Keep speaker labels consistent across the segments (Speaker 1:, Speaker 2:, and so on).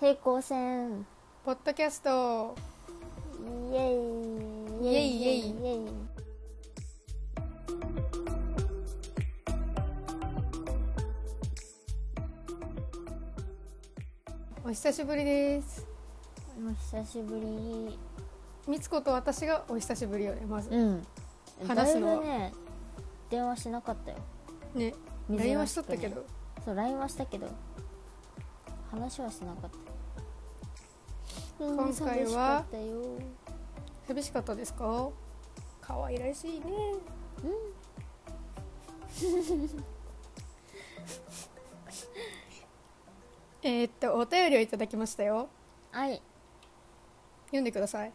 Speaker 1: 平行線
Speaker 2: ポッドキャスト
Speaker 1: イエイ
Speaker 2: イエイイエイ
Speaker 1: イエイ
Speaker 2: お久しぶりです
Speaker 1: お久しぶり
Speaker 2: みつこと私がお久しぶりよねまず
Speaker 1: うん
Speaker 2: 話すのは
Speaker 1: だいぶね電話しなかったよ
Speaker 2: ね
Speaker 1: 珍しくね
Speaker 2: LINE はしとったけど
Speaker 1: そう LINE はしたけど話はしなかったうん
Speaker 2: 今
Speaker 1: 寂
Speaker 2: 回は
Speaker 1: しかったよ
Speaker 2: 寂しかったですか可愛らしいねうん えーっとお便りをいただきましたよ
Speaker 1: はい
Speaker 2: 読んでください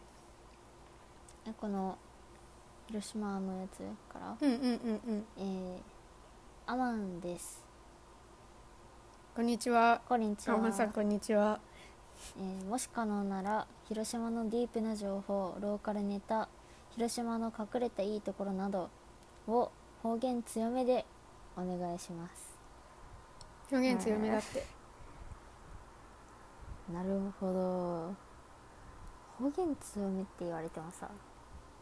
Speaker 1: えこの広島のやつから
Speaker 2: うんうんうんうん
Speaker 1: えー、アマンです
Speaker 2: こんにちは
Speaker 1: こんにちは
Speaker 2: あまさんこんにちは
Speaker 1: えーもし可能なら広島のディープな情報ローカルネタ広島の隠れたいいところなどを方言強めでお願いします
Speaker 2: 表現強めだって
Speaker 1: なるほど方言強めって言われてもさ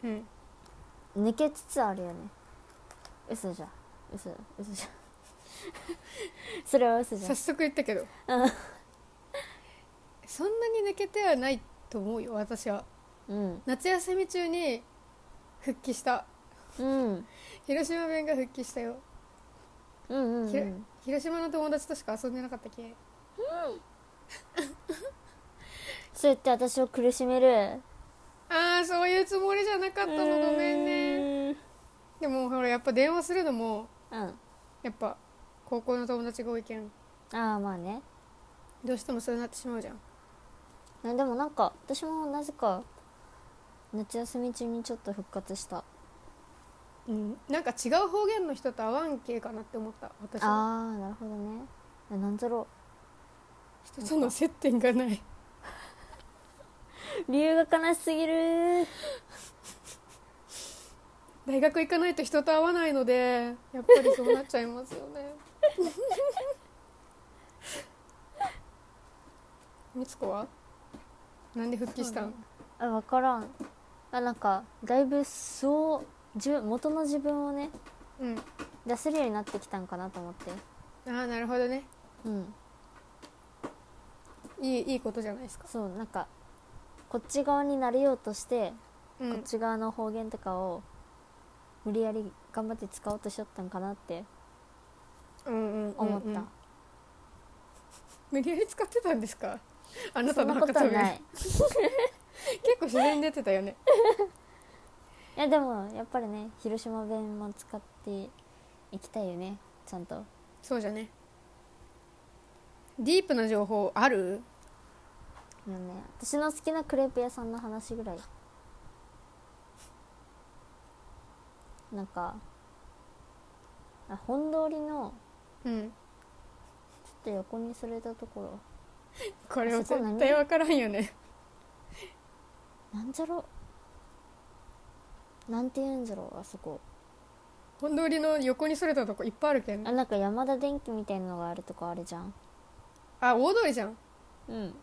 Speaker 2: うん
Speaker 1: 抜けつつあるよね嘘じゃん嘘嘘じゃん それは嘘じゃ
Speaker 2: 早
Speaker 1: ん
Speaker 2: 速言ったけど
Speaker 1: うん
Speaker 2: そんなに抜けてはないと思うよ私は
Speaker 1: うん
Speaker 2: 夏休み中に復帰した
Speaker 1: うん
Speaker 2: 広島弁が復帰したよ
Speaker 1: うんうん
Speaker 2: ひ
Speaker 1: う
Speaker 2: ら
Speaker 1: ん
Speaker 2: 広島の友達としか遊んでなかったっけ
Speaker 1: そうやって私を苦しめる
Speaker 2: ああそういうつもりじゃなかったのごめんね
Speaker 1: ね
Speaker 2: でもほらやっぱ電話するのも
Speaker 1: うんあ
Speaker 2: やっぱ高校の友達が多いけん
Speaker 1: あまあね
Speaker 2: どうしてもそうなってしまうじゃん
Speaker 1: ねでもなんか私もなぜか夏休み中にちょっと復活した
Speaker 2: うんなんか違う方言の人と合わん系かなって思った私は
Speaker 1: ああなるほどねえなんだろ
Speaker 2: 人との接点がないう
Speaker 1: 理由が悲しすぎる
Speaker 2: 大学行かないと人と会わないのでやっぱりそうなっちゃいますよ ねみつこはなんで復帰したん、
Speaker 1: あ分からんあなんかだいぶそう自分元の自分をね
Speaker 2: うん
Speaker 1: 出せるようになってきたんかなと思って
Speaker 2: ああなるほどね
Speaker 1: うん
Speaker 2: いいいいことじゃないですか、
Speaker 1: そうなんかこっち側になれようとして、
Speaker 2: うん、
Speaker 1: こっち側の方言とかを無理やり頑張って使おうとしよったんかなって
Speaker 2: うんうんうんうん
Speaker 1: 思った、
Speaker 2: 無理やり使ってたんですかあな
Speaker 1: そ
Speaker 2: た
Speaker 1: ん
Speaker 2: の
Speaker 1: なこと
Speaker 2: 赤
Speaker 1: は
Speaker 2: と
Speaker 1: ない
Speaker 2: 結構自然に出てたよね
Speaker 1: いやでもやっぱりね広島弁も使っていきたいよねちゃんと
Speaker 2: そうじゃねディープな情報ある
Speaker 1: でもね私の好きなクレープ屋さんの話ぐらいなんかあ本通りの
Speaker 2: うん
Speaker 1: ちょっと横にそれたところ
Speaker 2: これは
Speaker 1: あそこ何
Speaker 2: 絶対分からんよね
Speaker 1: なんじゃろなんて言うんじゃろあそこ
Speaker 2: 本通りの横にそれたとこいっぱいあるけん
Speaker 1: あなんか山田電機みたいなのがあるとこあるじゃん
Speaker 2: あ大通りじゃん
Speaker 1: うん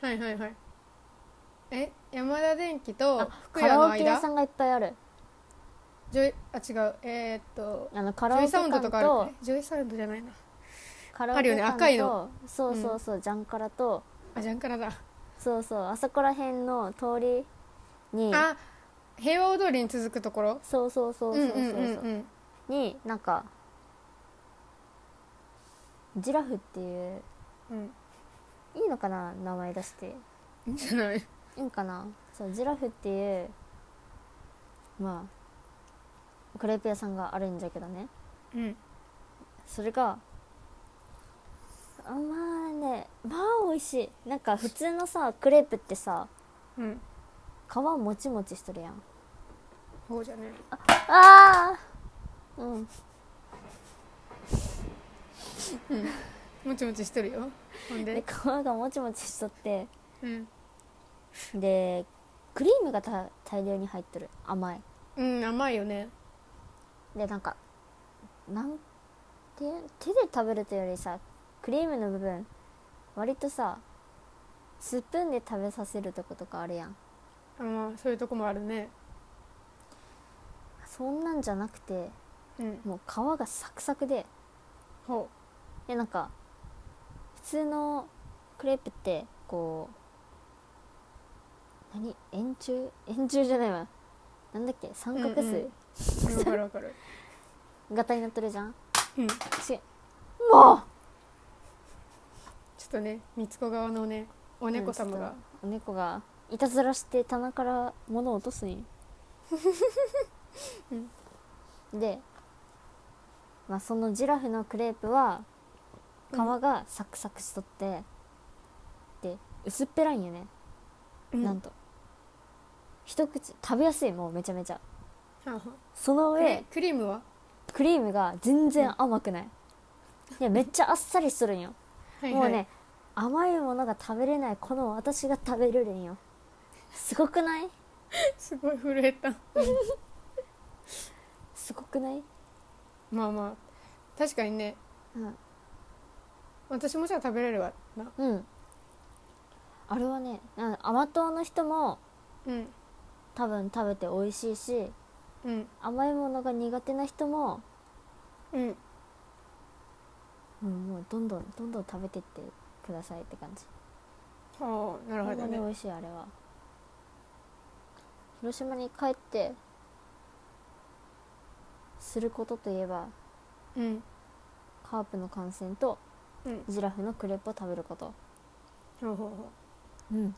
Speaker 2: はいはいはいえ山田電機と
Speaker 1: あ
Speaker 2: 福
Speaker 1: カ
Speaker 2: 屋
Speaker 1: ラ
Speaker 2: の
Speaker 1: オケ屋
Speaker 2: 間
Speaker 1: さんがいっぱいある
Speaker 2: ジョイあ違うえー、っと
Speaker 1: あの
Speaker 2: ジ
Speaker 1: カラオ
Speaker 2: ョイ
Speaker 1: ケ
Speaker 2: サウンド
Speaker 1: 館と
Speaker 2: とかあるねジョイサウンドじゃないな
Speaker 1: カラオ
Speaker 2: あ
Speaker 1: ケ
Speaker 2: るよね
Speaker 1: 館と
Speaker 2: 赤いの
Speaker 1: そうそうそう、ジャンカラと
Speaker 2: あジャンカラだ
Speaker 1: そうそうあそこら辺の通りに
Speaker 2: あ平和大通りに続くところ
Speaker 1: そうそうそうそうそう,、
Speaker 2: んうんうんうん
Speaker 1: になんかジラフっていう
Speaker 2: うん
Speaker 1: いいのかな名前出して
Speaker 2: いいんじゃない
Speaker 1: いいんかなそうジラフっていうまあクレープ屋さんがあるんじゃけどね
Speaker 2: うん
Speaker 1: それがあまあねまあ美味しいなんか普通のさクレープってさ
Speaker 2: うん
Speaker 1: 皮もちもちしとるやん
Speaker 2: そうじゃね
Speaker 1: ああうん
Speaker 2: もちもちしてるよほん
Speaker 1: で
Speaker 2: で
Speaker 1: 皮がもちもちしとって
Speaker 2: うん、
Speaker 1: でクリームがた大量に入ってる甘い
Speaker 2: うん、甘いよね
Speaker 1: でなんかなんて手で食べるというよりさクリームの部分割とさスプーンで食べさせるとことかあるやん
Speaker 2: あまあそういうとこもあるね
Speaker 1: そんなんじゃなくて
Speaker 2: うん
Speaker 1: もう皮がサクサクで
Speaker 2: ほ
Speaker 1: でなんか普通のクレープってこう何円柱円柱じゃないわなんだっけ三角
Speaker 2: うん
Speaker 1: 錐
Speaker 2: うわかるわかる
Speaker 1: 型になっとるじゃん、
Speaker 2: うんちょ
Speaker 1: しもう
Speaker 2: っとね三つ子側のねお猫様が、
Speaker 1: お猫がいたずらして棚から物を落と すんよ、で、まあ、そのジラフのクレープは皮がサクサクしとって、で薄っぺらいんよね、
Speaker 2: うん
Speaker 1: なんと一口食べやすいもうめちゃめちゃ
Speaker 2: はんはん
Speaker 1: その上
Speaker 2: えクリームは
Speaker 1: クリームが全然甘くない、いやめっちゃあっさりしとるんよ、
Speaker 2: はい
Speaker 1: も
Speaker 2: は
Speaker 1: う
Speaker 2: い、
Speaker 1: ね甘いものが食べれないこの私が食べれるんよすごくない
Speaker 2: すごい震えた
Speaker 1: すごくない、
Speaker 2: まあまあ確かにね
Speaker 1: うん、
Speaker 2: 私もじゃあ食べれるわな
Speaker 1: うんあれはねうん甘党の人も
Speaker 2: うん
Speaker 1: 多分食べて美味しいし
Speaker 2: うん
Speaker 1: 甘いものが苦手な人も、
Speaker 2: うん
Speaker 1: うん、もうどんどんどんどん食べてってくださいって感じ
Speaker 2: はあなる
Speaker 1: ほ
Speaker 2: ほ
Speaker 1: んま
Speaker 2: ど
Speaker 1: に美
Speaker 2: ね
Speaker 1: 味しいあれは広島に帰ってすることといえば
Speaker 2: うん
Speaker 1: カープの観戦と
Speaker 2: うん
Speaker 1: ジラフのクレープを食べること
Speaker 2: ほうほうほう
Speaker 1: うん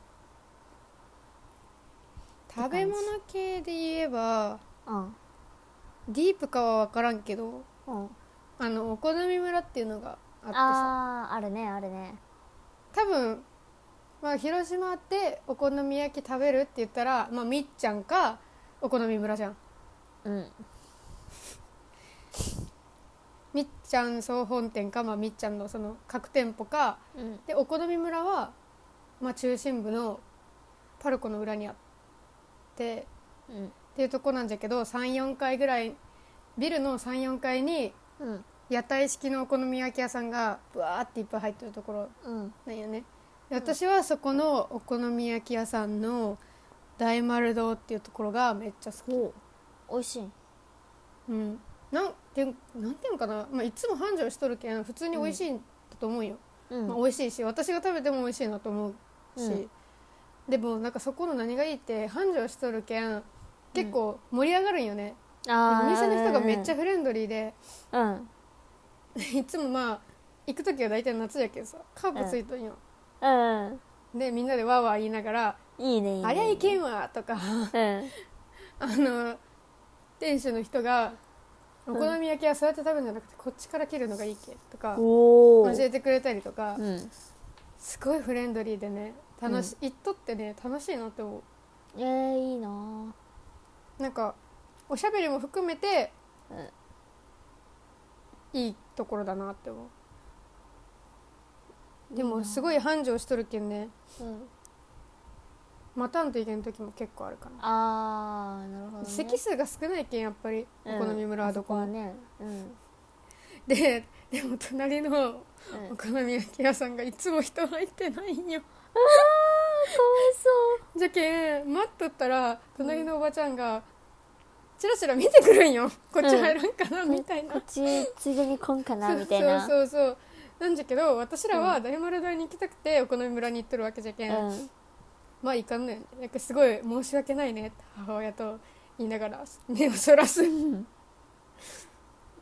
Speaker 2: 食べ物系で言えば
Speaker 1: あ
Speaker 2: ディープかは分からんけど
Speaker 1: うん
Speaker 2: あのお好み村っていうのがあってさ
Speaker 1: あーあるねあるね
Speaker 2: 多分まあ広島でお好み焼き食べるって言ったら、まあ、みっちゃんかお好み村じゃん
Speaker 1: うん
Speaker 2: みっちゃん総本店か、まあ、みっちゃんのその各店舗か
Speaker 1: うん
Speaker 2: でお好み村は、まあ、中心部のパルコの裏にあって
Speaker 1: うん
Speaker 2: っていうとこなんじゃけど34階ぐらいビルの34階に
Speaker 1: うん
Speaker 2: 屋台式のお好み焼き屋さんがぶわーっていっぱい入ってるところ
Speaker 1: うん
Speaker 2: なんよねで私はそこのお好み焼き屋さんの大丸堂っていうところがめっちゃ好き
Speaker 1: お美味しい
Speaker 2: うんなんてんなんていうんかな、まあ、いつも繁盛しとるけん普通に美味しいんだと思うよ、
Speaker 1: うん
Speaker 2: まあ、美味しいし私が食べても美味しいなと思うし、
Speaker 1: うん
Speaker 2: でもなんかそこの何がいいって繁盛しとるけん結構盛り上がるんよね、
Speaker 1: あ
Speaker 2: お
Speaker 1: ー
Speaker 2: 店の人がめっちゃフレンドリーで、
Speaker 1: うん
Speaker 2: いつもまあ行く時は大体夏やけどさカープついとんよ、
Speaker 1: うん
Speaker 2: でみんなでわーわー言いながら
Speaker 1: いいねいい
Speaker 2: 「
Speaker 1: ね
Speaker 2: ありゃいけんわ」とか
Speaker 1: うん
Speaker 2: あの店主の人が「お好み焼きはそうやって食べるんじゃなくてこっちから切るのがいいけ」とか
Speaker 1: おお
Speaker 2: 教えてくれたりとか
Speaker 1: うん
Speaker 2: すごいフレンドリーでね楽し、行っとってね楽しいなって思
Speaker 1: えー、いいなぁ
Speaker 2: うなんかおしゃべりも含めて、いいところだなって思うでもすごい繁盛しとるけんね
Speaker 1: うん
Speaker 2: 待たんといけん時も結構あるかな
Speaker 1: あーなるほど、ね、
Speaker 2: 席数が少ないけんやっぱりお好み村はどこも、
Speaker 1: うん、そはねうん
Speaker 2: ででも隣のお好み焼き屋さんがいつも人入ってないんよ じゃけん待っとったら隣のおばちゃんがチラチラ見てくるんよこっち入らんかなみたいな、
Speaker 1: こっちついでに来んかな
Speaker 2: そう
Speaker 1: みたいなう
Speaker 2: そうそうそうなんじゃけど私らは大丸堂に行きたくてお好み村に行っとるわけじゃけん、
Speaker 1: ん
Speaker 2: まあ行かんのよねなんかすごい申し訳ないねって母親と言いながら目をそらす、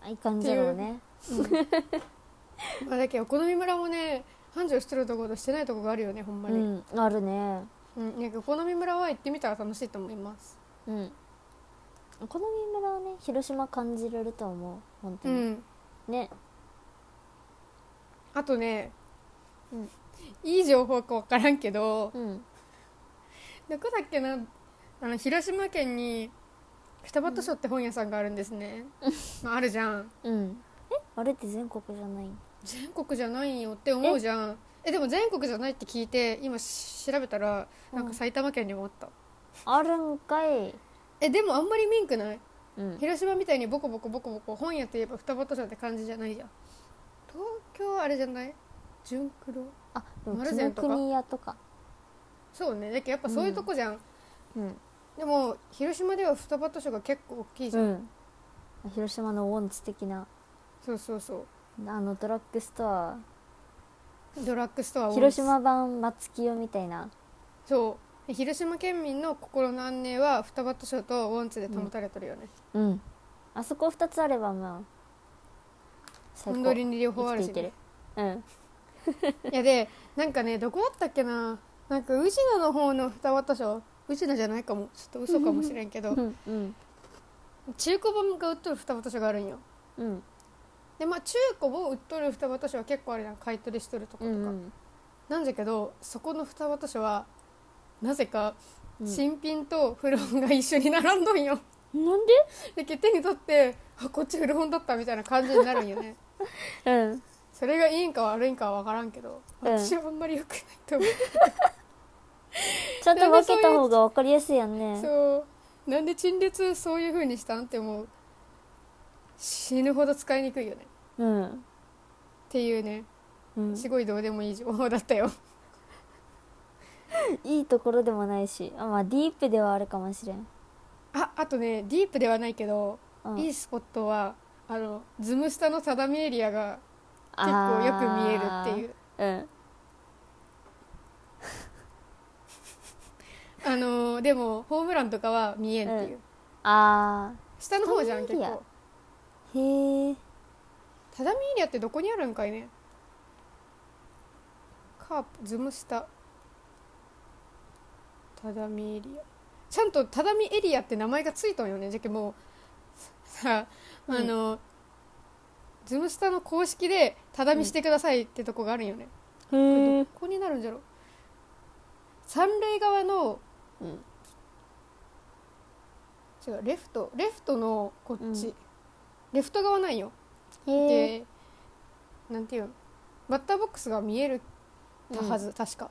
Speaker 1: あいい感じだろうね
Speaker 2: まあだけどお好み村もね繁盛してるところとしてないところがあるよねほんま
Speaker 1: う
Speaker 2: に、
Speaker 1: んあるね
Speaker 2: うん、なんかお好み村は行ってみたら楽しいと思います
Speaker 1: うんお好み村はね広島感じれると思う本当
Speaker 2: う
Speaker 1: に、
Speaker 2: ん
Speaker 1: ね
Speaker 2: あとね、
Speaker 1: うん
Speaker 2: いい情報か分からんけど
Speaker 1: うん
Speaker 2: どこだっけなあの広島県に双葉図書って本屋さんがあるんですね、まあ、あるじゃん
Speaker 1: うんえあれって全国じゃない
Speaker 2: 全国じゃないよって思うじゃんえでも全国じゃないって聞いて今し調べたらなんか埼玉県にもあった、
Speaker 1: あるんかい
Speaker 2: えでもあんまりミンくない
Speaker 1: うん
Speaker 2: 広島みたいにボコボコボコボコ本屋といえば双葉図書って感じじゃないじゃん東京はあれじゃない純黒
Speaker 1: あでも
Speaker 2: 丸
Speaker 1: 紀伊
Speaker 2: 善とか
Speaker 1: 国屋とか
Speaker 2: そうねだけどやっぱそういうとこじゃん、
Speaker 1: うん
Speaker 2: でも広島では双葉図書が結構大きいじゃん、
Speaker 1: うん広島のウォンツ的な
Speaker 2: そうそうそ
Speaker 1: あのドラッグストア
Speaker 2: うドラッグストアを
Speaker 1: 広島版松清みたいな
Speaker 2: そう広島県民の心の安寧は双葉図書とウォンツで保たれてるよね、
Speaker 1: うんあそこ2つあればまあ最
Speaker 2: 本
Speaker 1: 高
Speaker 2: 当
Speaker 1: 生
Speaker 2: に両方ある
Speaker 1: き
Speaker 2: して
Speaker 1: いける
Speaker 2: ね、
Speaker 1: うん
Speaker 2: いやでなんかねどこだったっけななんか宇品の方の双葉図書宇品じゃないかもちょっと嘘かもしれんけ
Speaker 1: う
Speaker 2: ど
Speaker 1: んうん
Speaker 2: 中古本が売っとる双葉図書があるんよ
Speaker 1: うん
Speaker 2: でまあ中古を売っとる双葉図書は結構あれじゃん買い取りしとるとこと
Speaker 1: う
Speaker 2: か、
Speaker 1: ん
Speaker 2: なんじゃけどそこの双葉図書はなぜか
Speaker 1: うん
Speaker 2: 新品と古本が一緒に並んどんよ、
Speaker 1: なんで
Speaker 2: で手に取ってあこっち古本だったみたいな感じになるんよね
Speaker 1: うん
Speaker 2: それがいいんか悪いんかは分からんけど
Speaker 1: うん
Speaker 2: 私はあんまり良くないと思う、
Speaker 1: ちゃんと分けた方が分かりやすいやんね
Speaker 2: そうなんで陳列そういう風にしたんって思う死ぬほど使いにくいよね
Speaker 1: うん
Speaker 2: っていうね
Speaker 1: うん
Speaker 2: すごいどうでもいい情報だったよ
Speaker 1: いいところでもないしあまあディープではあるかもしれん、
Speaker 2: ああとねディープではないけど、
Speaker 1: うん、
Speaker 2: いいスポットはあのズムスタの定めエリアが結構よく見えるっていう
Speaker 1: ううん
Speaker 2: あのーでもホームランとかは見えんっていう、
Speaker 1: うあ
Speaker 2: 下の方じゃん
Speaker 1: 畳エ
Speaker 2: 結
Speaker 1: リア
Speaker 2: 構
Speaker 1: ーへえ
Speaker 2: 畳エリアってどこにあるんかいねカープズムスタ畳エリアちゃんと畳エリアって名前がついとんよねじゃけもうさあのー、ズムスタの公式で畳してくださいってとこがあるんよね、
Speaker 1: へ
Speaker 2: どこになるんじゃろう三塁側の
Speaker 1: うん
Speaker 2: 違うレフトレフトのこっち、
Speaker 1: うん
Speaker 2: レフト側ないよ
Speaker 1: へえ
Speaker 2: でなんていうのバッターボックスが見えるたはず、確か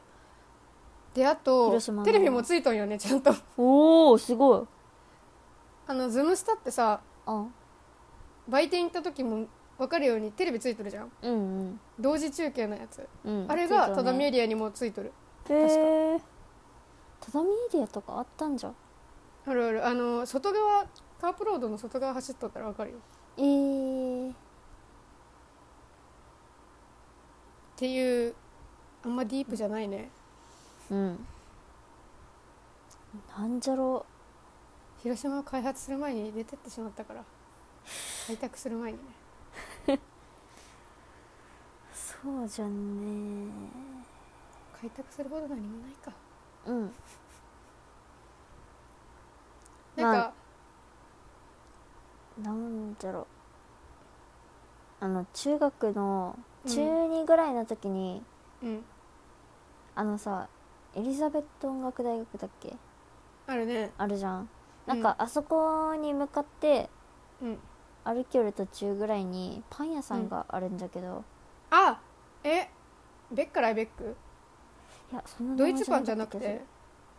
Speaker 2: であと
Speaker 1: 広島の
Speaker 2: テレビもついとんよねちゃんと
Speaker 1: おおすごい
Speaker 2: あのズムスタってさ
Speaker 1: あうん
Speaker 2: 売店行った時も分かるようにテレビついとるじゃん
Speaker 1: うん
Speaker 2: 同時中継のやつ、
Speaker 1: うん
Speaker 2: あれが
Speaker 1: 畳
Speaker 2: 畳エリアにもついとる
Speaker 1: へえ畳エリアとかあったんじゃ
Speaker 2: あるあるあの外側カープロードの外側走っとったら分かるよ
Speaker 1: えー、
Speaker 2: っていうあんまディープじゃないね
Speaker 1: うんなんじゃろ
Speaker 2: 広島を開発する前に出てってしまったから開拓する前にね
Speaker 1: うそうじゃんね
Speaker 2: 開拓するほど何もないか
Speaker 1: うん
Speaker 2: なんか、
Speaker 1: まなんじゃろうあの中学の
Speaker 2: うん
Speaker 1: 中2ぐらいの時に、
Speaker 2: うん
Speaker 1: あのさエリザベット音楽大学だっけ
Speaker 2: あるね
Speaker 1: あるじゃんなんかあそこに向かって
Speaker 2: うん
Speaker 1: 歩き寄る途中ぐらいにパン屋さんがあるんだけど、
Speaker 2: あえベッカライベック
Speaker 1: いやそんな
Speaker 2: ド
Speaker 1: 名
Speaker 2: イ
Speaker 1: 前
Speaker 2: ツパンじゃなく
Speaker 1: かった気
Speaker 2: て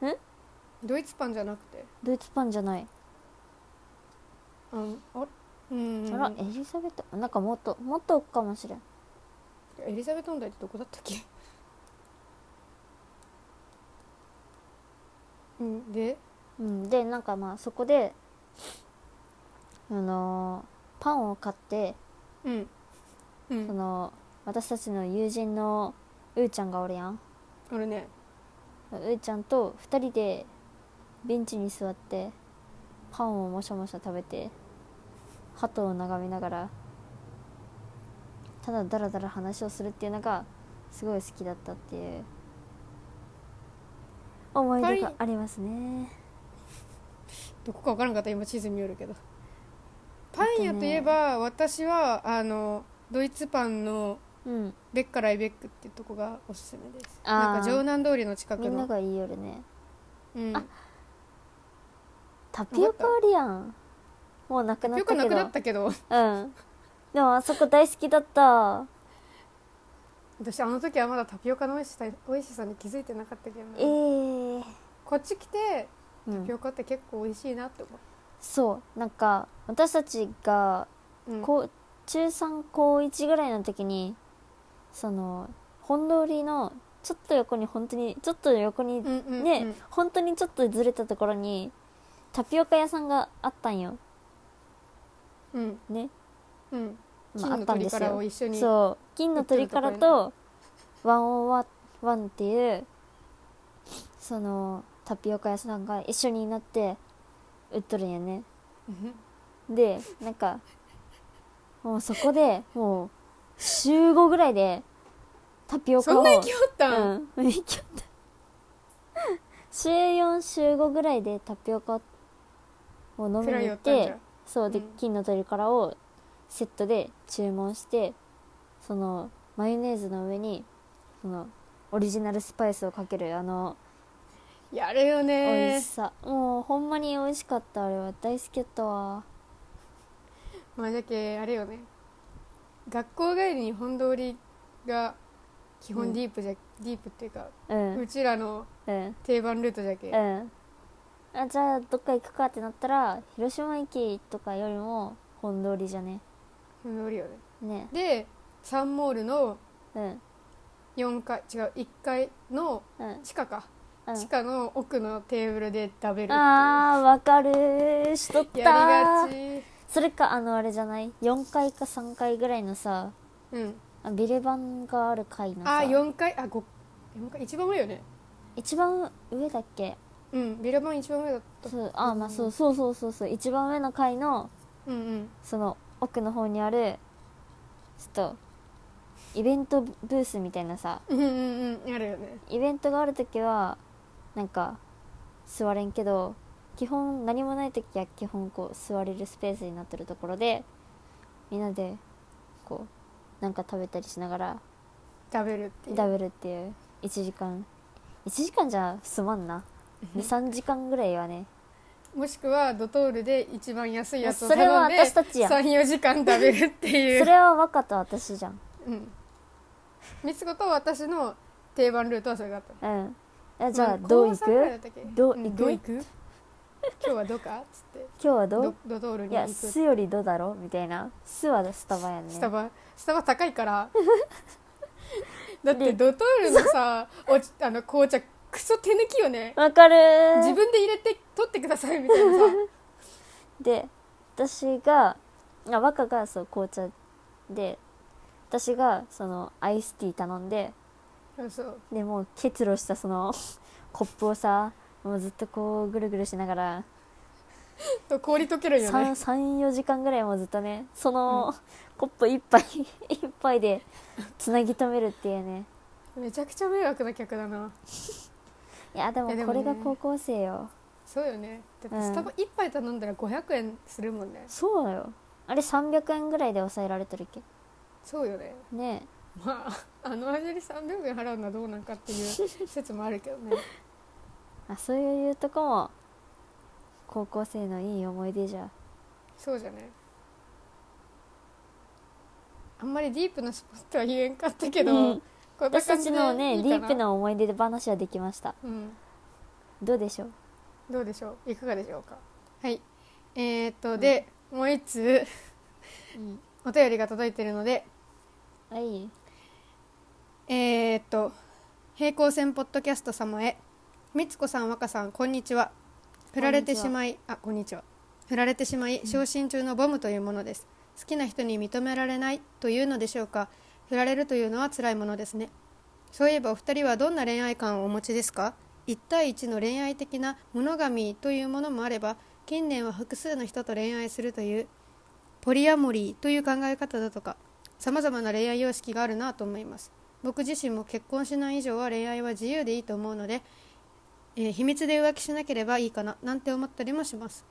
Speaker 1: がする
Speaker 2: ドイツパンじゃなくて
Speaker 1: するドイツパンじゃない、
Speaker 2: うんあうんうん
Speaker 1: あらエリザベットなんかもっともっと奥かもしれん
Speaker 2: エリザベトンダイってどこだったっけうんで
Speaker 1: うん、でなんかまあそこであのーパンを買って
Speaker 2: うんう
Speaker 1: そ
Speaker 2: ん
Speaker 1: の私たちの友人のうーちゃんがおるやん
Speaker 2: あるね
Speaker 1: うーちゃんと2人でベンチに座ってパンをもしゃもしゃ食べて鳩を眺めながらただダラダラ話をするっていうのがすごい好きだったっていう思い出がありますね
Speaker 2: どこかわからんかった今地図見よるけどパン屋といえば、私はあのドイツパンの
Speaker 1: うん
Speaker 2: ベッカライベックっていうとこがおすすめです
Speaker 1: あー
Speaker 2: なんか城南通りの近く
Speaker 1: みんな
Speaker 2: の
Speaker 1: が言いよるね
Speaker 2: うん、
Speaker 1: タ
Speaker 2: タ
Speaker 1: ピオカおるやんもうなくなっ
Speaker 2: ピ
Speaker 1: た
Speaker 2: オカ
Speaker 1: けど
Speaker 2: なくなったけど
Speaker 1: うんでもあそこ大好きだった
Speaker 2: 私あの時はまだタピオカの美味しさ美味しさに気づいてなかったけどな、
Speaker 1: ええ
Speaker 2: こっち来て
Speaker 1: う
Speaker 2: タピ
Speaker 1: ん、
Speaker 2: オカって結構美味しいなって思
Speaker 1: そうなんか私たちが
Speaker 2: う、うん、
Speaker 1: こう中3高1ぐらいの時にその本通りのちょっと横に本当にちょっと横に
Speaker 2: うんうんうん
Speaker 1: ね、本当にちょっとずれたところにタピオカ屋さんがあったんよ
Speaker 2: うん
Speaker 1: ね、
Speaker 2: うん
Speaker 1: ま
Speaker 2: 金
Speaker 1: あ、あ
Speaker 2: の
Speaker 1: ったん
Speaker 2: 鳥
Speaker 1: です
Speaker 2: から
Speaker 1: よ
Speaker 2: を一緒に
Speaker 1: そう金の鳥からとワンオワワンっていうそのタピオカ屋さんが一緒になって売っとるんやね
Speaker 2: うん
Speaker 1: でなんかもうそこでもう週5ぐらいでタピオカ
Speaker 2: そ
Speaker 1: を
Speaker 2: んな勢いあったん、
Speaker 1: うん行きよった週4週5ぐらいでタピオカを飲み
Speaker 2: くら
Speaker 1: に
Speaker 2: い
Speaker 1: 行
Speaker 2: や
Speaker 1: っ
Speaker 2: ったんじ
Speaker 1: て
Speaker 2: ゃ
Speaker 1: そうで、
Speaker 2: うん
Speaker 1: 金の鳥からをセットで注文してそのマヨネーズの上にそのオリジナルスパイスをかけるあの
Speaker 2: やるよ
Speaker 1: 美
Speaker 2: ね
Speaker 1: 味しさ、もうほんまに美味しかったあれは大好きやったわ
Speaker 2: まあだけあれよね学校帰りに本通りが基
Speaker 1: うん
Speaker 2: 本ディープじゃ、ディープっていうか、
Speaker 1: うん
Speaker 2: うちらの
Speaker 1: うん
Speaker 2: 定番ルートじゃけ、
Speaker 1: うんあじゃあどっか行くかってなったら広島駅とかよりも本通りじゃね
Speaker 2: 本通りよ
Speaker 1: ね
Speaker 2: ねでサンモールの
Speaker 1: うん
Speaker 2: 4階違う1階の
Speaker 1: うん
Speaker 2: 地下か、
Speaker 1: うん
Speaker 2: 地下の奥のテーブルで食べるっていう
Speaker 1: あーわかるーしとったー
Speaker 2: やりがち
Speaker 1: それかあのあれじゃない4階か3階ぐらいのさ
Speaker 2: うん
Speaker 1: あビレバンがある階のさ
Speaker 2: あー4階あ五4階一番上よね
Speaker 1: 一番上だっけ
Speaker 2: うんビラバン一番上だった
Speaker 1: そうあーまあそうそうそうそうそう一番上の階の
Speaker 2: うんうん
Speaker 1: その奥の方にあるちょっとイベントブースみたいなさ
Speaker 2: うんうんうんあるよね
Speaker 1: イベントがある時はなんか座れんけど基本何もない時は基本こう座れるスペースになってるところでみんなでこうなんか食べたりしながら
Speaker 2: 食べるっていう
Speaker 1: 食べるっていう1時間1時間じゃすまんな23時間ぐらいはね
Speaker 2: もしくはドトールで一番安いやつを
Speaker 1: それは
Speaker 2: 頼んで
Speaker 1: 私たちやん
Speaker 2: 34時間食べるって
Speaker 1: そ
Speaker 2: いう
Speaker 1: れは若と私じゃん
Speaker 2: うん三つ子と私の定番ルートはそれだった
Speaker 1: うんあじゃ
Speaker 2: ま
Speaker 1: あどう
Speaker 2: 高
Speaker 1: 行
Speaker 2: 三ぐらいだっ
Speaker 1: く
Speaker 2: たっけ
Speaker 1: どう
Speaker 2: うん
Speaker 1: 行く
Speaker 2: どう行く今日はどうかっつって
Speaker 1: 今日はど
Speaker 2: ド
Speaker 1: う
Speaker 2: ドトール
Speaker 1: い
Speaker 2: に行
Speaker 1: や
Speaker 2: く
Speaker 1: すよりどだろみたいなすはスタバやんね
Speaker 2: スタバスタバ高いから だってドトールのさおちあの紅茶クソ手抜きよね
Speaker 1: わかるー
Speaker 2: 自分で入れて取ってくださいみた いなさ
Speaker 1: で私があ若がそう紅茶で私がそのアイスティー頼んで
Speaker 2: そうそう
Speaker 1: でもう結露したその コップをさもうずっとこうぐるぐるしながら
Speaker 2: と氷溶けるよね
Speaker 1: 34時間ぐらいもうずっとねその、コップ一杯 一杯でつなぎ止めるっていうね
Speaker 2: めちゃくちゃ迷惑な客だない
Speaker 1: やでも
Speaker 2: いやで
Speaker 1: こ
Speaker 2: もね
Speaker 1: れが高校生よ
Speaker 2: そうよねだっ
Speaker 1: うん
Speaker 2: てスタバ1杯頼んだら500円するもんね
Speaker 1: そうだよあれ300円ぐらいで抑えられてるっけ
Speaker 2: そうよね
Speaker 1: ね
Speaker 2: まああの味に300円払うのはどうなんかっていう説もあるけどね
Speaker 1: えあそういうとこも高校生のいい思い出じゃ
Speaker 2: そうじゃねあんまりディープなスポットは言えんかったけど、
Speaker 1: うん
Speaker 2: こんな
Speaker 1: 私た
Speaker 2: 感じ
Speaker 1: ち
Speaker 2: で
Speaker 1: のね
Speaker 2: いい
Speaker 1: デ
Speaker 2: か
Speaker 1: ィ
Speaker 2: な
Speaker 1: ープな思い出で話はできました
Speaker 2: うん
Speaker 1: どうでしょう
Speaker 2: どうでしょういかがでしょうかはいえー、っとで、もう一通お便りが届いてるので
Speaker 1: はい
Speaker 2: えー、っと平行線ポッドキャスト様へみつこさん若さんこんにちは振られてしまいあこんにちは振られてしまい昇進中のボムというものです好きな人に認められないというのでしょうか振られるというのは辛いものですねそういえばお二人はどんな恋愛観をお持ちですか1対1の恋愛的なモノガミというものもあれば近年は複数の人と恋愛するというポリアモリーという考え方だとか様々な恋愛様式があるなと思います僕自身も結婚しない以上は恋愛は自由でいいと思うので、えー秘密で浮気しなければいいかななんて思ったりもします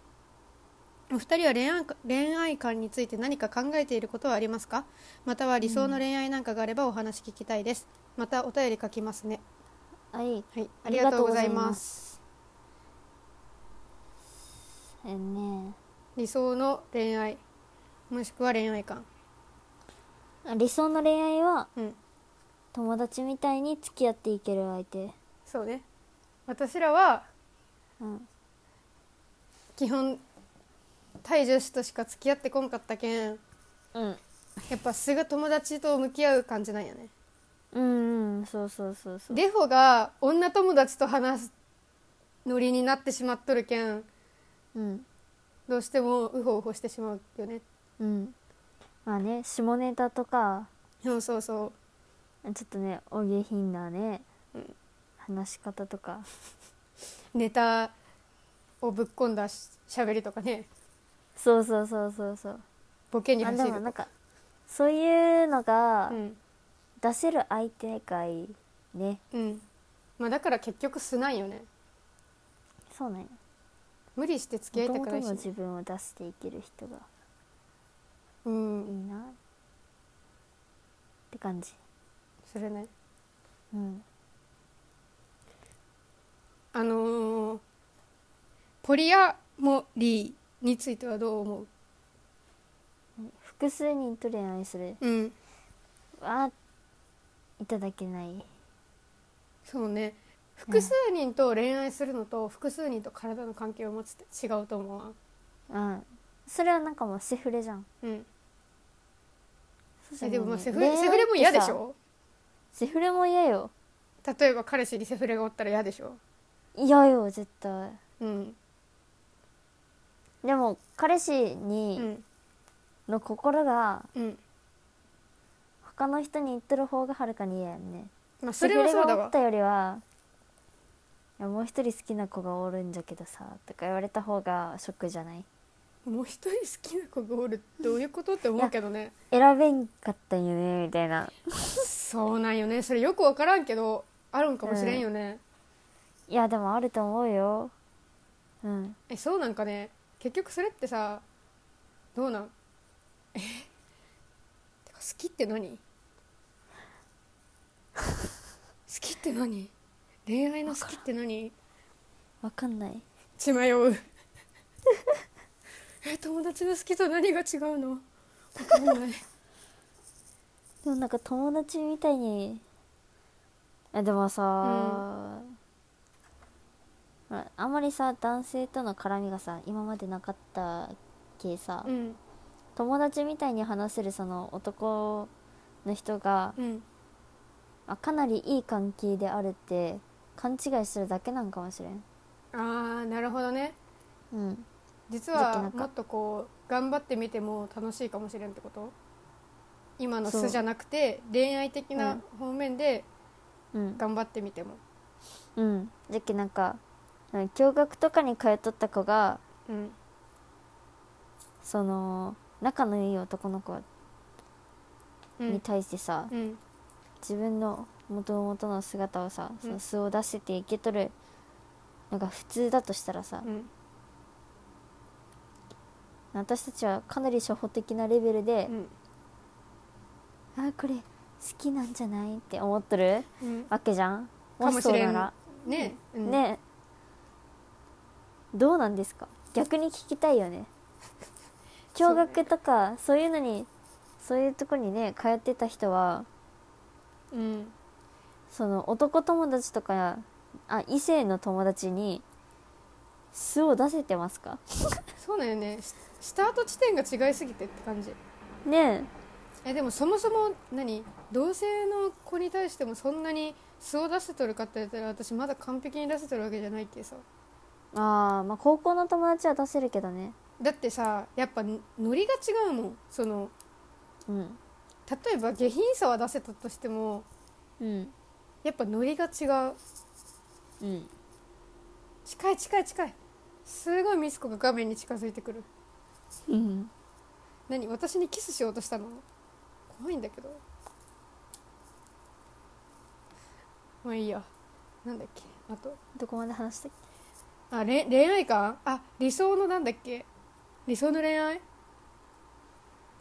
Speaker 2: お二人は恋愛恋愛観について何か考えていることはありますかまたは理想の恋愛なんかがあればお話聞きたいです、またお便り書きますね
Speaker 1: はい
Speaker 2: はいありがとうございます
Speaker 1: ありがとうございますえね
Speaker 2: 理想の恋愛もしくは恋愛観
Speaker 1: あ理想の恋愛は
Speaker 2: うん
Speaker 1: 友達みたいに付き合っていける相手
Speaker 2: そうね私らは
Speaker 1: うん
Speaker 2: 基本対女子としか付き合ってこんかったけん
Speaker 1: うん
Speaker 2: やっぱすぐ友達と向き合う感じなんやね
Speaker 1: うんうんそうそうそうそう
Speaker 2: デフォが女友達と話すノリになってしまっとるけん
Speaker 1: うん
Speaker 2: どうしてもウホウホしてしまうよね
Speaker 1: うんまあね下ネタとか
Speaker 2: そうそうそ
Speaker 1: ちょっとねお下品なね、話し方とか
Speaker 2: うネタをぶっ込んだしゃべりとかね
Speaker 1: そうそうそうそうそう
Speaker 2: ボケに
Speaker 1: あ
Speaker 2: 走
Speaker 1: で
Speaker 2: る
Speaker 1: もなんかそういうのが
Speaker 2: うん
Speaker 1: 出せる相手がいいね、
Speaker 2: うんまあだから結局素ないよね
Speaker 1: そうなんや
Speaker 2: 無理して付き合いた
Speaker 1: 元
Speaker 2: く
Speaker 1: 々
Speaker 2: ないし
Speaker 1: の
Speaker 2: ね、
Speaker 1: 自分を出していける人が
Speaker 2: う
Speaker 1: いい
Speaker 2: ん
Speaker 1: なって感じ
Speaker 2: それね
Speaker 1: うん
Speaker 2: あのーポリアモリーについてはどう思う
Speaker 1: 複数人と恋愛する
Speaker 2: うん
Speaker 1: はいただけない
Speaker 2: そうね複数人と恋愛するのと複数人と体の関係を持つって違うと思うわ
Speaker 1: うんそれはなんかもうセフレじゃん
Speaker 2: うん
Speaker 1: そうじゃ
Speaker 2: え
Speaker 1: ない
Speaker 2: でもまあセフ
Speaker 1: 恋愛
Speaker 2: レ
Speaker 1: って
Speaker 2: セフレも嫌でしょ
Speaker 1: セフレも嫌よ
Speaker 2: 例えば彼氏にセフレがおったら嫌でしょ
Speaker 1: 嫌よ絶対
Speaker 2: うん
Speaker 1: でも彼氏
Speaker 2: う
Speaker 1: に
Speaker 2: ん
Speaker 1: の心が
Speaker 2: うん
Speaker 1: 他の人に言ってる方がはるかに嫌やんね
Speaker 2: まあそ
Speaker 1: セ
Speaker 2: れ
Speaker 1: フ
Speaker 2: は
Speaker 1: レ
Speaker 2: そう
Speaker 1: が
Speaker 2: だ
Speaker 1: お
Speaker 2: わ
Speaker 1: ったよりはいやもう一人好きな子がおるんじゃけどさとか言われた方がショックじゃない
Speaker 2: もう一人好きな子がおるってどういうことって思うけどね
Speaker 1: 選べんかったんよねみたいな
Speaker 2: そうなんよねそれよく分からんけどあるんかもしれんよね、
Speaker 1: いやでもあると思うようん
Speaker 2: えそうなんかね結局それってさどうなん えてか好きって何好きって何恋愛の好きって何
Speaker 1: わかんない
Speaker 2: 血迷う え友達の好きと何が違うの分かん ない
Speaker 1: でもなんか友達みたいにえでもさ、ほらあんまりさ男性との絡みがさ今までなかったけさ、
Speaker 2: うん
Speaker 1: 友達みたいに話せるその男の人が、
Speaker 2: うん
Speaker 1: あかなりいい関係であるって勘違いしてるだけなんかもしれん
Speaker 2: ああなるほどね
Speaker 1: うん
Speaker 2: 実
Speaker 1: だってな
Speaker 2: は
Speaker 1: んか
Speaker 2: もっとこう頑張ってみても楽しいかもしれんってこと今の
Speaker 1: そう
Speaker 2: 素じゃなくて恋愛的
Speaker 1: う
Speaker 2: なん方面で
Speaker 1: うん
Speaker 2: 頑張ってみても
Speaker 1: うんじゃっけなんかうん共学とかに通っとった子が
Speaker 2: うん
Speaker 1: その仲のいい男の子
Speaker 2: う
Speaker 1: に
Speaker 2: ん
Speaker 1: 対してさ、
Speaker 2: うん
Speaker 1: 自分の元々の姿をさ、そ
Speaker 2: うん
Speaker 1: の素を出せていけとるのが普通だとしたらさ、
Speaker 2: うん
Speaker 1: 私たちはかなり初歩的なレベルで
Speaker 2: う、ん
Speaker 1: あーこれ好きなんじゃないって思っとる
Speaker 2: うん
Speaker 1: わけじゃん
Speaker 2: かもしれ
Speaker 1: そ
Speaker 2: ん
Speaker 1: うな
Speaker 2: ね
Speaker 1: ら、
Speaker 2: うん
Speaker 1: ねどうなんですか逆に聞きたいよね
Speaker 2: そ
Speaker 1: 驚
Speaker 2: うね
Speaker 1: 学とかそういうのにそういうとこにね通ってた人は
Speaker 2: うん
Speaker 1: その男友達とかあ異性の友達に素を出せてますか
Speaker 2: そうだよねしスタート地点が違いすぎてって感じ
Speaker 1: ね
Speaker 2: えでもそもそも何同性の子に対してもそんなに素を出せとるかって言ったら私まだ完璧に出せとるわけじゃないっけさ
Speaker 1: えああまあ高校の友達は出せるけどね
Speaker 2: だってさやっぱノリが違うもんその
Speaker 1: うん
Speaker 2: 例えば下品さは出せたとしても
Speaker 1: うん
Speaker 2: やっぱノリが違う
Speaker 1: うん
Speaker 2: 近い近い近いすごいミスコが画面に近づいてくる
Speaker 1: うん
Speaker 2: 何私にキスしようとしたの怖いんだけどまあいいやなんだっけあと
Speaker 1: どこまで話したっ
Speaker 2: あれ恋愛観あ理想のなんだっけ理想の恋愛
Speaker 1: け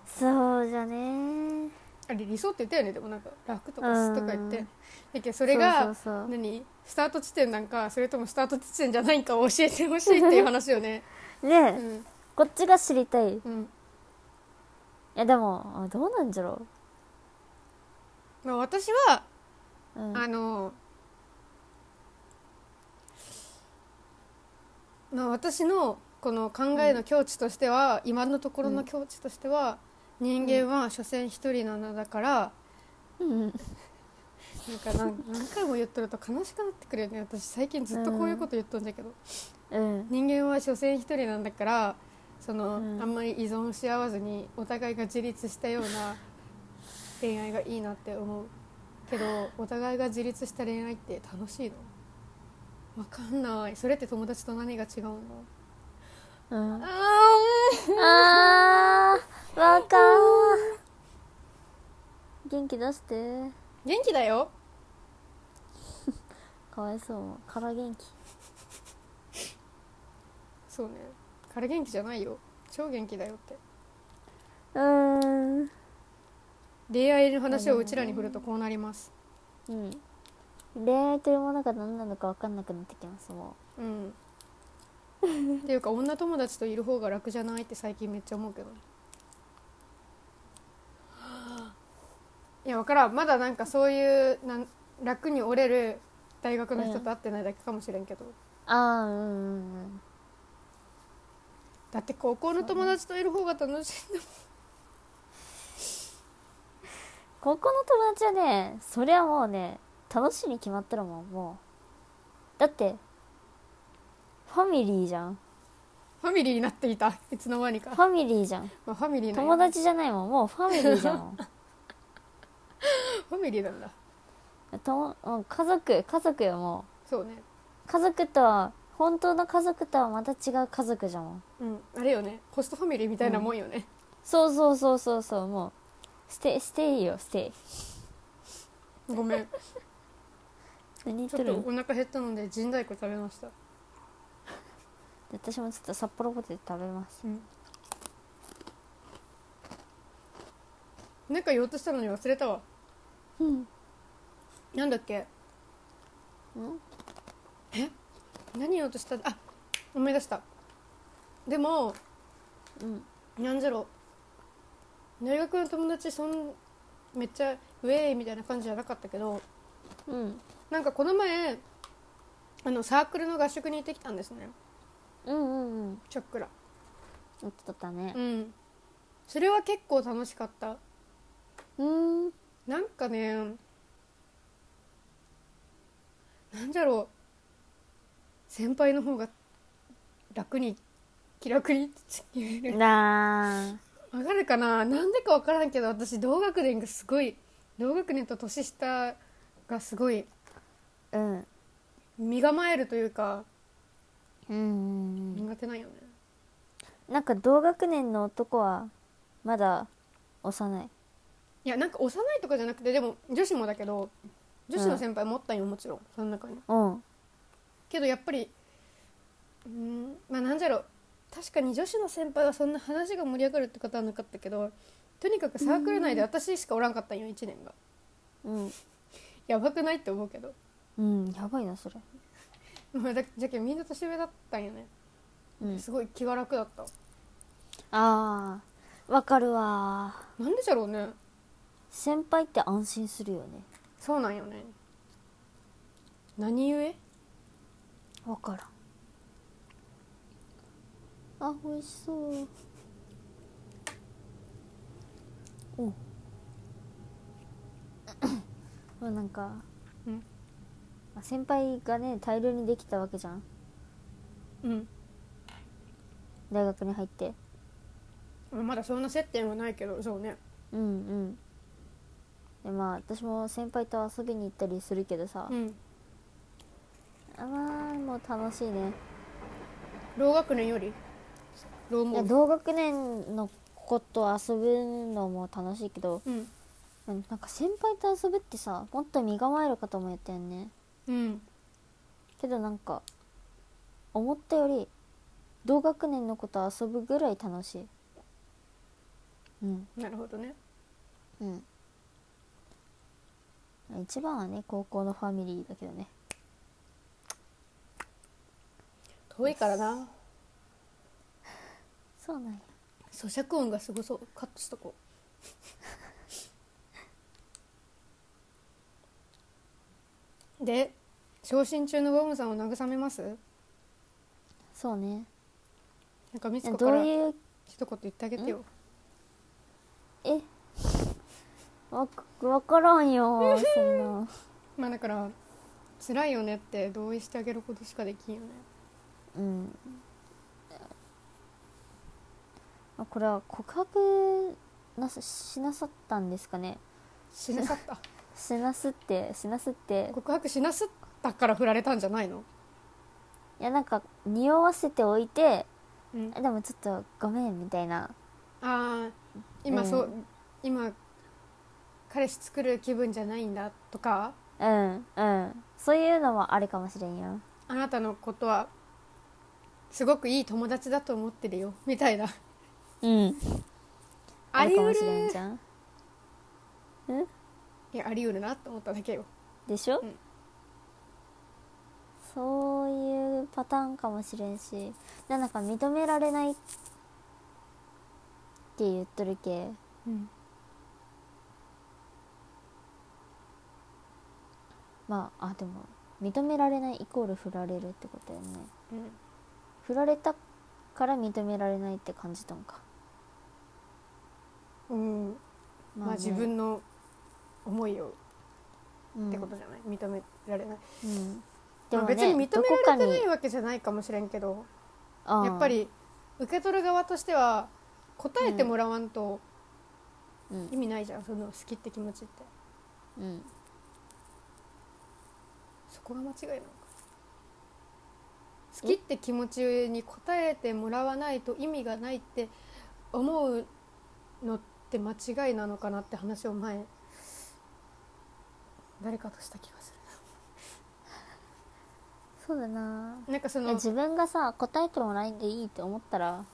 Speaker 1: そうじゃね
Speaker 2: あれ理想って言ったよねでもなんか楽とか素とか言っ
Speaker 1: う
Speaker 2: て
Speaker 1: ん
Speaker 2: だけどそれが
Speaker 1: そうそうそう
Speaker 2: 何スタート地点なんかそれともスタート地点じゃないかを教えてほしいっていう話 よね
Speaker 1: ねえ、
Speaker 2: うん
Speaker 1: こっちが知りたいい
Speaker 2: うん
Speaker 1: やでもあどうなんじゃろ
Speaker 2: まあ私は、
Speaker 1: う、うん、
Speaker 2: あのまあ私のこの考えの境地としては、今のところの境地としては、人間は所詮一人なのだから、
Speaker 1: うん
Speaker 2: なんかなん何回も言っとると悲しくなってくるよね私最近ずっとこういうこと言っとんだけど、
Speaker 1: うん
Speaker 2: 人間は所詮一人なんだからその、
Speaker 1: うん
Speaker 2: あんまり依存し合わずにお互いが自立したよう な恋愛がいいなって思うけどお互いが自立した恋愛って楽しいのわかんないそれって友達と何が違うの
Speaker 1: うん
Speaker 2: あ
Speaker 1: あーわかん元気出して
Speaker 2: 元気だよ
Speaker 1: かわいそうもから元気
Speaker 2: そうねから元気じゃないよ超元気だよって
Speaker 1: うーん
Speaker 2: 恋愛の話をうちらに振るとこうなります
Speaker 1: うん恋愛というものが何なのか分かんなくなってきますも
Speaker 2: うんっていうか女友達といる方が楽じゃないって最近めっちゃ思うけどねいや分からんまだなんかそういうなん楽に折れる大学の人と会ってないだけかもしれんけど、
Speaker 1: うああうんうんうん
Speaker 2: だって高校の友達といる方が楽しいんだ
Speaker 1: 高校の友達はねそりゃもうね楽しいに決まってるもんもうだってファミリーじゃん
Speaker 2: もんファミリーになっていたいつの間にか、
Speaker 1: ファミリーじ ゃん
Speaker 2: まあ、ファミリーなんや
Speaker 1: 友達じゃないもんもうファミリーじゃん も
Speaker 2: ファミリーなんだ
Speaker 1: うとももう家族家族よも
Speaker 2: そうね
Speaker 1: う家族とは本当の家族とはまた違う家族じゃもん
Speaker 2: うんあれよねホストファミリーみたいなもんよね、
Speaker 1: そうそうそうそうそうもうステイステイよステイ
Speaker 2: ごめん
Speaker 1: 何言っ
Speaker 2: ちょ
Speaker 1: て
Speaker 2: っと
Speaker 1: る
Speaker 2: お腹減ったので陣太鼓食べました、
Speaker 1: 私もちょっと札幌ポテト食べます
Speaker 2: なんか言おうとしたのに忘れたわ
Speaker 1: うん
Speaker 2: なんだっけ何言おうとしたあ思い出したでも
Speaker 1: うん
Speaker 2: なんじゃろ大学の友達そんめっちゃウェーイみたいな感じじゃなかったけど
Speaker 1: うん
Speaker 2: なんかこの前あのサークルの合宿に行ってきたんですね
Speaker 1: うんうんうん
Speaker 2: チョックラ
Speaker 1: 言ってたね
Speaker 2: うんそれは結構楽しかった
Speaker 1: うん
Speaker 2: なんかねなんじゃろう先輩の方が楽に気楽に言える
Speaker 1: なあ
Speaker 2: わかるかななんでかわからんけど私同学年がすごい同学年と年下がすごい
Speaker 1: うん
Speaker 2: 身構えるというか
Speaker 1: うんうんうん
Speaker 2: 苦手なんよね
Speaker 1: なんか同学年の男はまだ幼い
Speaker 2: いやなんか幼いとかじゃなくてでも女子もだけど女子の先輩持ったんよもちろんその中に
Speaker 1: うん
Speaker 2: けどやっぱりうーんまあなんじゃろう確かに女子の先輩はそんな話が盛り上がるってことはなかったけどとにかくサークル内で私しかおらんかったんよ1年が
Speaker 1: うん
Speaker 2: やばくないって思うけど
Speaker 1: うんやばいなそれ
Speaker 2: まあだじゃけんみんな年上だったんよね
Speaker 1: うん
Speaker 2: すごい気が楽だった
Speaker 1: ああわかるわ
Speaker 2: なんでじゃろうね
Speaker 1: 先輩って安心するよね
Speaker 2: そうなんよね何故
Speaker 1: わからんあ美味しそうおうわ なんか、
Speaker 2: うん
Speaker 1: まあ先輩がね大量にできたわけじゃん
Speaker 2: うん
Speaker 1: 大学に入って
Speaker 2: まだそんな接点はないけどそうね
Speaker 1: うんうんでまあ私も先輩と遊びに行ったりするけどさ、
Speaker 2: うん
Speaker 1: あまあもう楽しいね
Speaker 2: 老学年より老
Speaker 1: いや
Speaker 2: 毛
Speaker 1: 同学年の子と遊ぶのも楽しいけど
Speaker 2: うん
Speaker 1: うんなんか先輩と遊ぶってさもっと身構えるかと思ったよね
Speaker 2: うん
Speaker 1: けどなんか思ったより同学年の子と遊ぶぐらい楽しいうん
Speaker 2: なるほどね
Speaker 1: うん一番はね高校のファミリーだけどね
Speaker 2: 遠いからな
Speaker 1: そうなんや
Speaker 2: 咀嚼音がすごそうカットしとこ うで昇進中のボムさんを慰めます
Speaker 1: そうね
Speaker 2: なんかみつこか
Speaker 1: ど
Speaker 2: ら
Speaker 1: う
Speaker 2: 一
Speaker 1: いう
Speaker 2: 言言ってあげてよ
Speaker 1: えわわからんよそんな
Speaker 2: まあだから辛いよねって同意してあげることしかできんよね
Speaker 1: うんあこれは告白なさしなさったんですかね
Speaker 2: しなさった
Speaker 1: しなすってしなすって
Speaker 2: 告白しなすったから振られたんじゃないの
Speaker 1: いやなんか匂わせておいて
Speaker 2: うん
Speaker 1: えでもちょっとごめんみたいな
Speaker 2: ああ今そう、
Speaker 1: う
Speaker 2: 今彼氏作る気分じゃないんだとか
Speaker 1: うんうんそういうのはあるかもしれんよ
Speaker 2: あなたのことはすごくいい友達だと思ってるよみたいな
Speaker 1: うん
Speaker 2: あ
Speaker 1: あ
Speaker 2: り
Speaker 1: るか
Speaker 2: う
Speaker 1: もしれん
Speaker 2: る
Speaker 1: じゃん
Speaker 2: いやありうるなと思っただけよ
Speaker 1: でしょ、
Speaker 2: うん
Speaker 1: そういうパターンかもしれんしなんか認められないって言っとるけ
Speaker 2: うん
Speaker 1: まああでも認められないイコール振られるってことよね
Speaker 2: うん
Speaker 1: 振られたから認められないって感じたんか
Speaker 2: うんまあ、
Speaker 1: ね
Speaker 2: 自分の思いを
Speaker 1: うん
Speaker 2: ってことじゃない、認められない、
Speaker 1: うんで
Speaker 2: まあ、
Speaker 1: も
Speaker 2: 別
Speaker 1: ね
Speaker 2: に認め
Speaker 1: どこか
Speaker 2: られて
Speaker 1: に
Speaker 2: ないわけじゃないかもしれんけど
Speaker 1: うん
Speaker 2: やっぱり受け取る側としては答えてもらわんと
Speaker 1: うん
Speaker 2: 意味ないじゃん、その好きって気持ちって
Speaker 1: うん
Speaker 2: そこが間違いなのか好きって気持ちに応えてもらわないと意味がないって思うのって間違いなのかなって話を前誰かとした気がす
Speaker 1: そうだな
Speaker 2: るなんかそ
Speaker 1: いや
Speaker 2: の
Speaker 1: 自分がさ答えてもらえんでいいって思ったら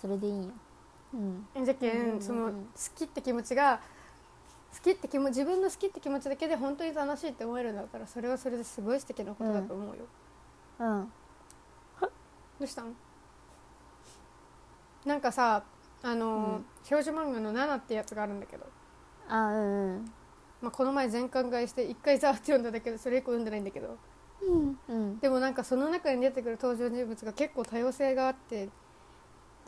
Speaker 1: それでいいんようん
Speaker 2: じゃけ
Speaker 1: うんうんうんうん
Speaker 2: んその好きって気持ちが好きって気持ち自分の好きって気持ちだけで本当に楽しいって思えるんだったらそれはそれですごい素敵なことだと思うよ、ど
Speaker 1: うん
Speaker 2: うしたんなんかさあの、
Speaker 1: うん
Speaker 2: 少女漫画の「ナってやつがあるんだけど、
Speaker 1: あうん
Speaker 2: まあ、この前全巻買いして1回ザーって読んだだけどそれ以降読んでないんだけど
Speaker 1: うんうん
Speaker 2: でもなんかその中に出てくる登場人物が結構多様性があって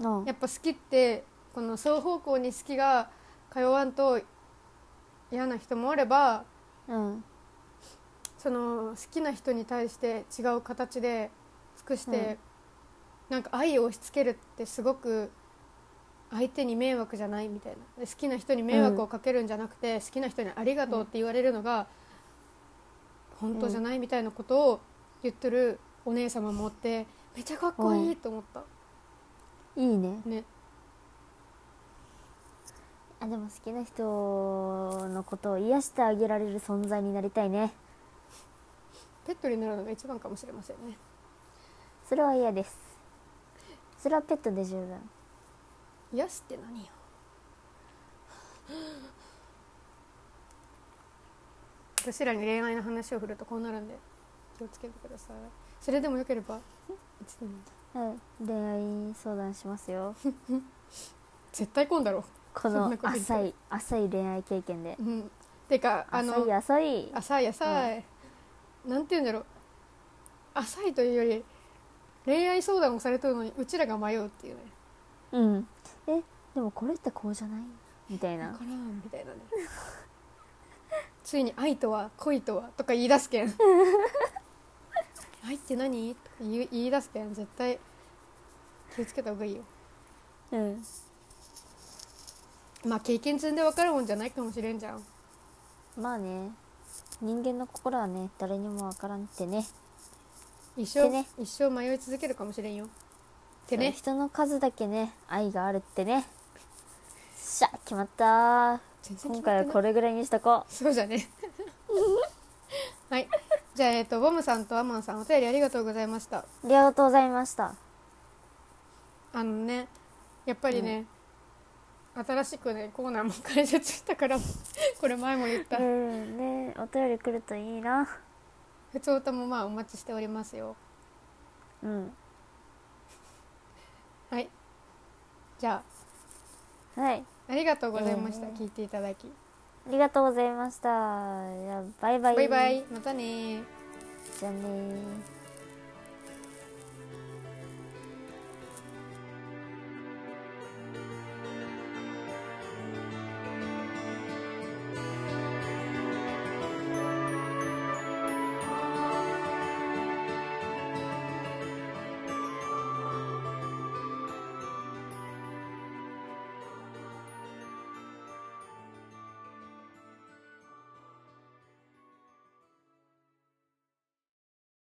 Speaker 1: うん
Speaker 2: やっぱ好きってこの双方向に好きが通わんと嫌な人もおれば
Speaker 1: うん
Speaker 2: その好きな人に対して違う形で尽くして、
Speaker 1: うん
Speaker 2: なんか愛を押し付けるってすごく相手に迷惑じゃないみたいなで好きな人に迷惑をかけるんじゃなくて、好きな人に「ありがとう」って言われるのが本当じゃないみたいなことを言ってるお姉様もおってめちゃかっこいいと思った、
Speaker 1: いいね
Speaker 2: ね
Speaker 1: あでも好きな人のことを癒してあげられる存在になりたいね
Speaker 2: ペットになるのが一番かもしれませんね
Speaker 1: それは嫌ですそれはペットで十分
Speaker 2: 癒しって何よ私らに恋愛の話を振るとこうなるんで気をつけてくださいそれでもよければいつでも
Speaker 1: うん恋愛相談します よ
Speaker 2: 絶対来んだろ
Speaker 1: こ
Speaker 2: そん
Speaker 1: の
Speaker 2: なこと言って
Speaker 1: 浅い浅い恋愛経験で
Speaker 2: うんてかあ
Speaker 1: 浅
Speaker 2: の
Speaker 1: い浅い
Speaker 2: 浅い浅い、なんて言うんだろう浅いというより恋愛相談をされとるのにうちらが迷うっていうね
Speaker 1: うんえでもこれってこうじゃないみたい
Speaker 2: 分
Speaker 1: な
Speaker 2: からんみたいなねついに「愛とは恋とは」とか言い出すけん「愛って何?」とか言い言い出すけん絶対気をつけた方がいいよ
Speaker 1: うん
Speaker 2: まあ経験積んで分かるもんじゃないかもしれんじゃん
Speaker 1: まあね人間の心はね誰にもわからんってね
Speaker 2: 一生、
Speaker 1: てね
Speaker 2: 一生迷い続けるかもしれんよってね
Speaker 1: 人の数だけね愛があるってねしゃ決まった
Speaker 2: 全然
Speaker 1: 今
Speaker 2: 決ま
Speaker 1: 回は
Speaker 2: ってない
Speaker 1: これぐらいにしとこ
Speaker 2: そうじゃね はいじゃあえっ、とボムさんとアマンさんお便りありがとうございました
Speaker 1: うありがとうございました
Speaker 2: あのねやっぱりね、新しくねコーナーも開設したから これ前も言った
Speaker 1: うんねお便り来るといいな
Speaker 2: 普通歌もまあお待ちしておりますよ
Speaker 1: うん
Speaker 2: はいじゃ
Speaker 1: はい
Speaker 2: あありがとうございました、
Speaker 1: えー
Speaker 2: 聞いていただき
Speaker 1: ありがとうございましたじゃあバイバイ
Speaker 2: バイバイまたねー
Speaker 1: じゃあねー